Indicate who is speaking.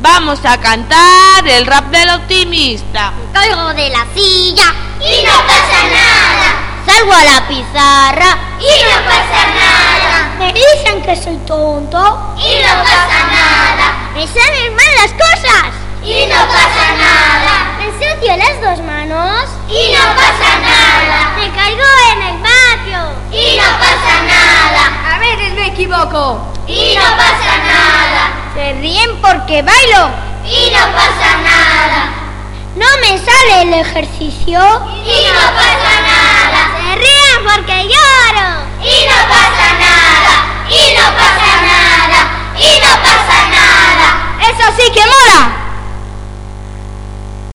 Speaker 1: Vamos a cantar el rap del optimista.
Speaker 2: Caigo de la silla y no pasa nada. Salgo a la pizarra y no pasa nada.
Speaker 3: Me dicen que soy tonto
Speaker 2: y no pasa nada.
Speaker 3: Me salen mal las cosas
Speaker 2: Y no pasa nada.
Speaker 3: Me ensucio las dos manos
Speaker 2: Y no pasa nada.
Speaker 3: Me caigo en el patio
Speaker 2: Y no pasa nada.
Speaker 4: A veces me equivoco.
Speaker 2: Y no pasa nada.
Speaker 3: Se ríen porque bailo.
Speaker 2: Y no pasa nada.
Speaker 3: No me sale el ejercicio
Speaker 2: Y no pasa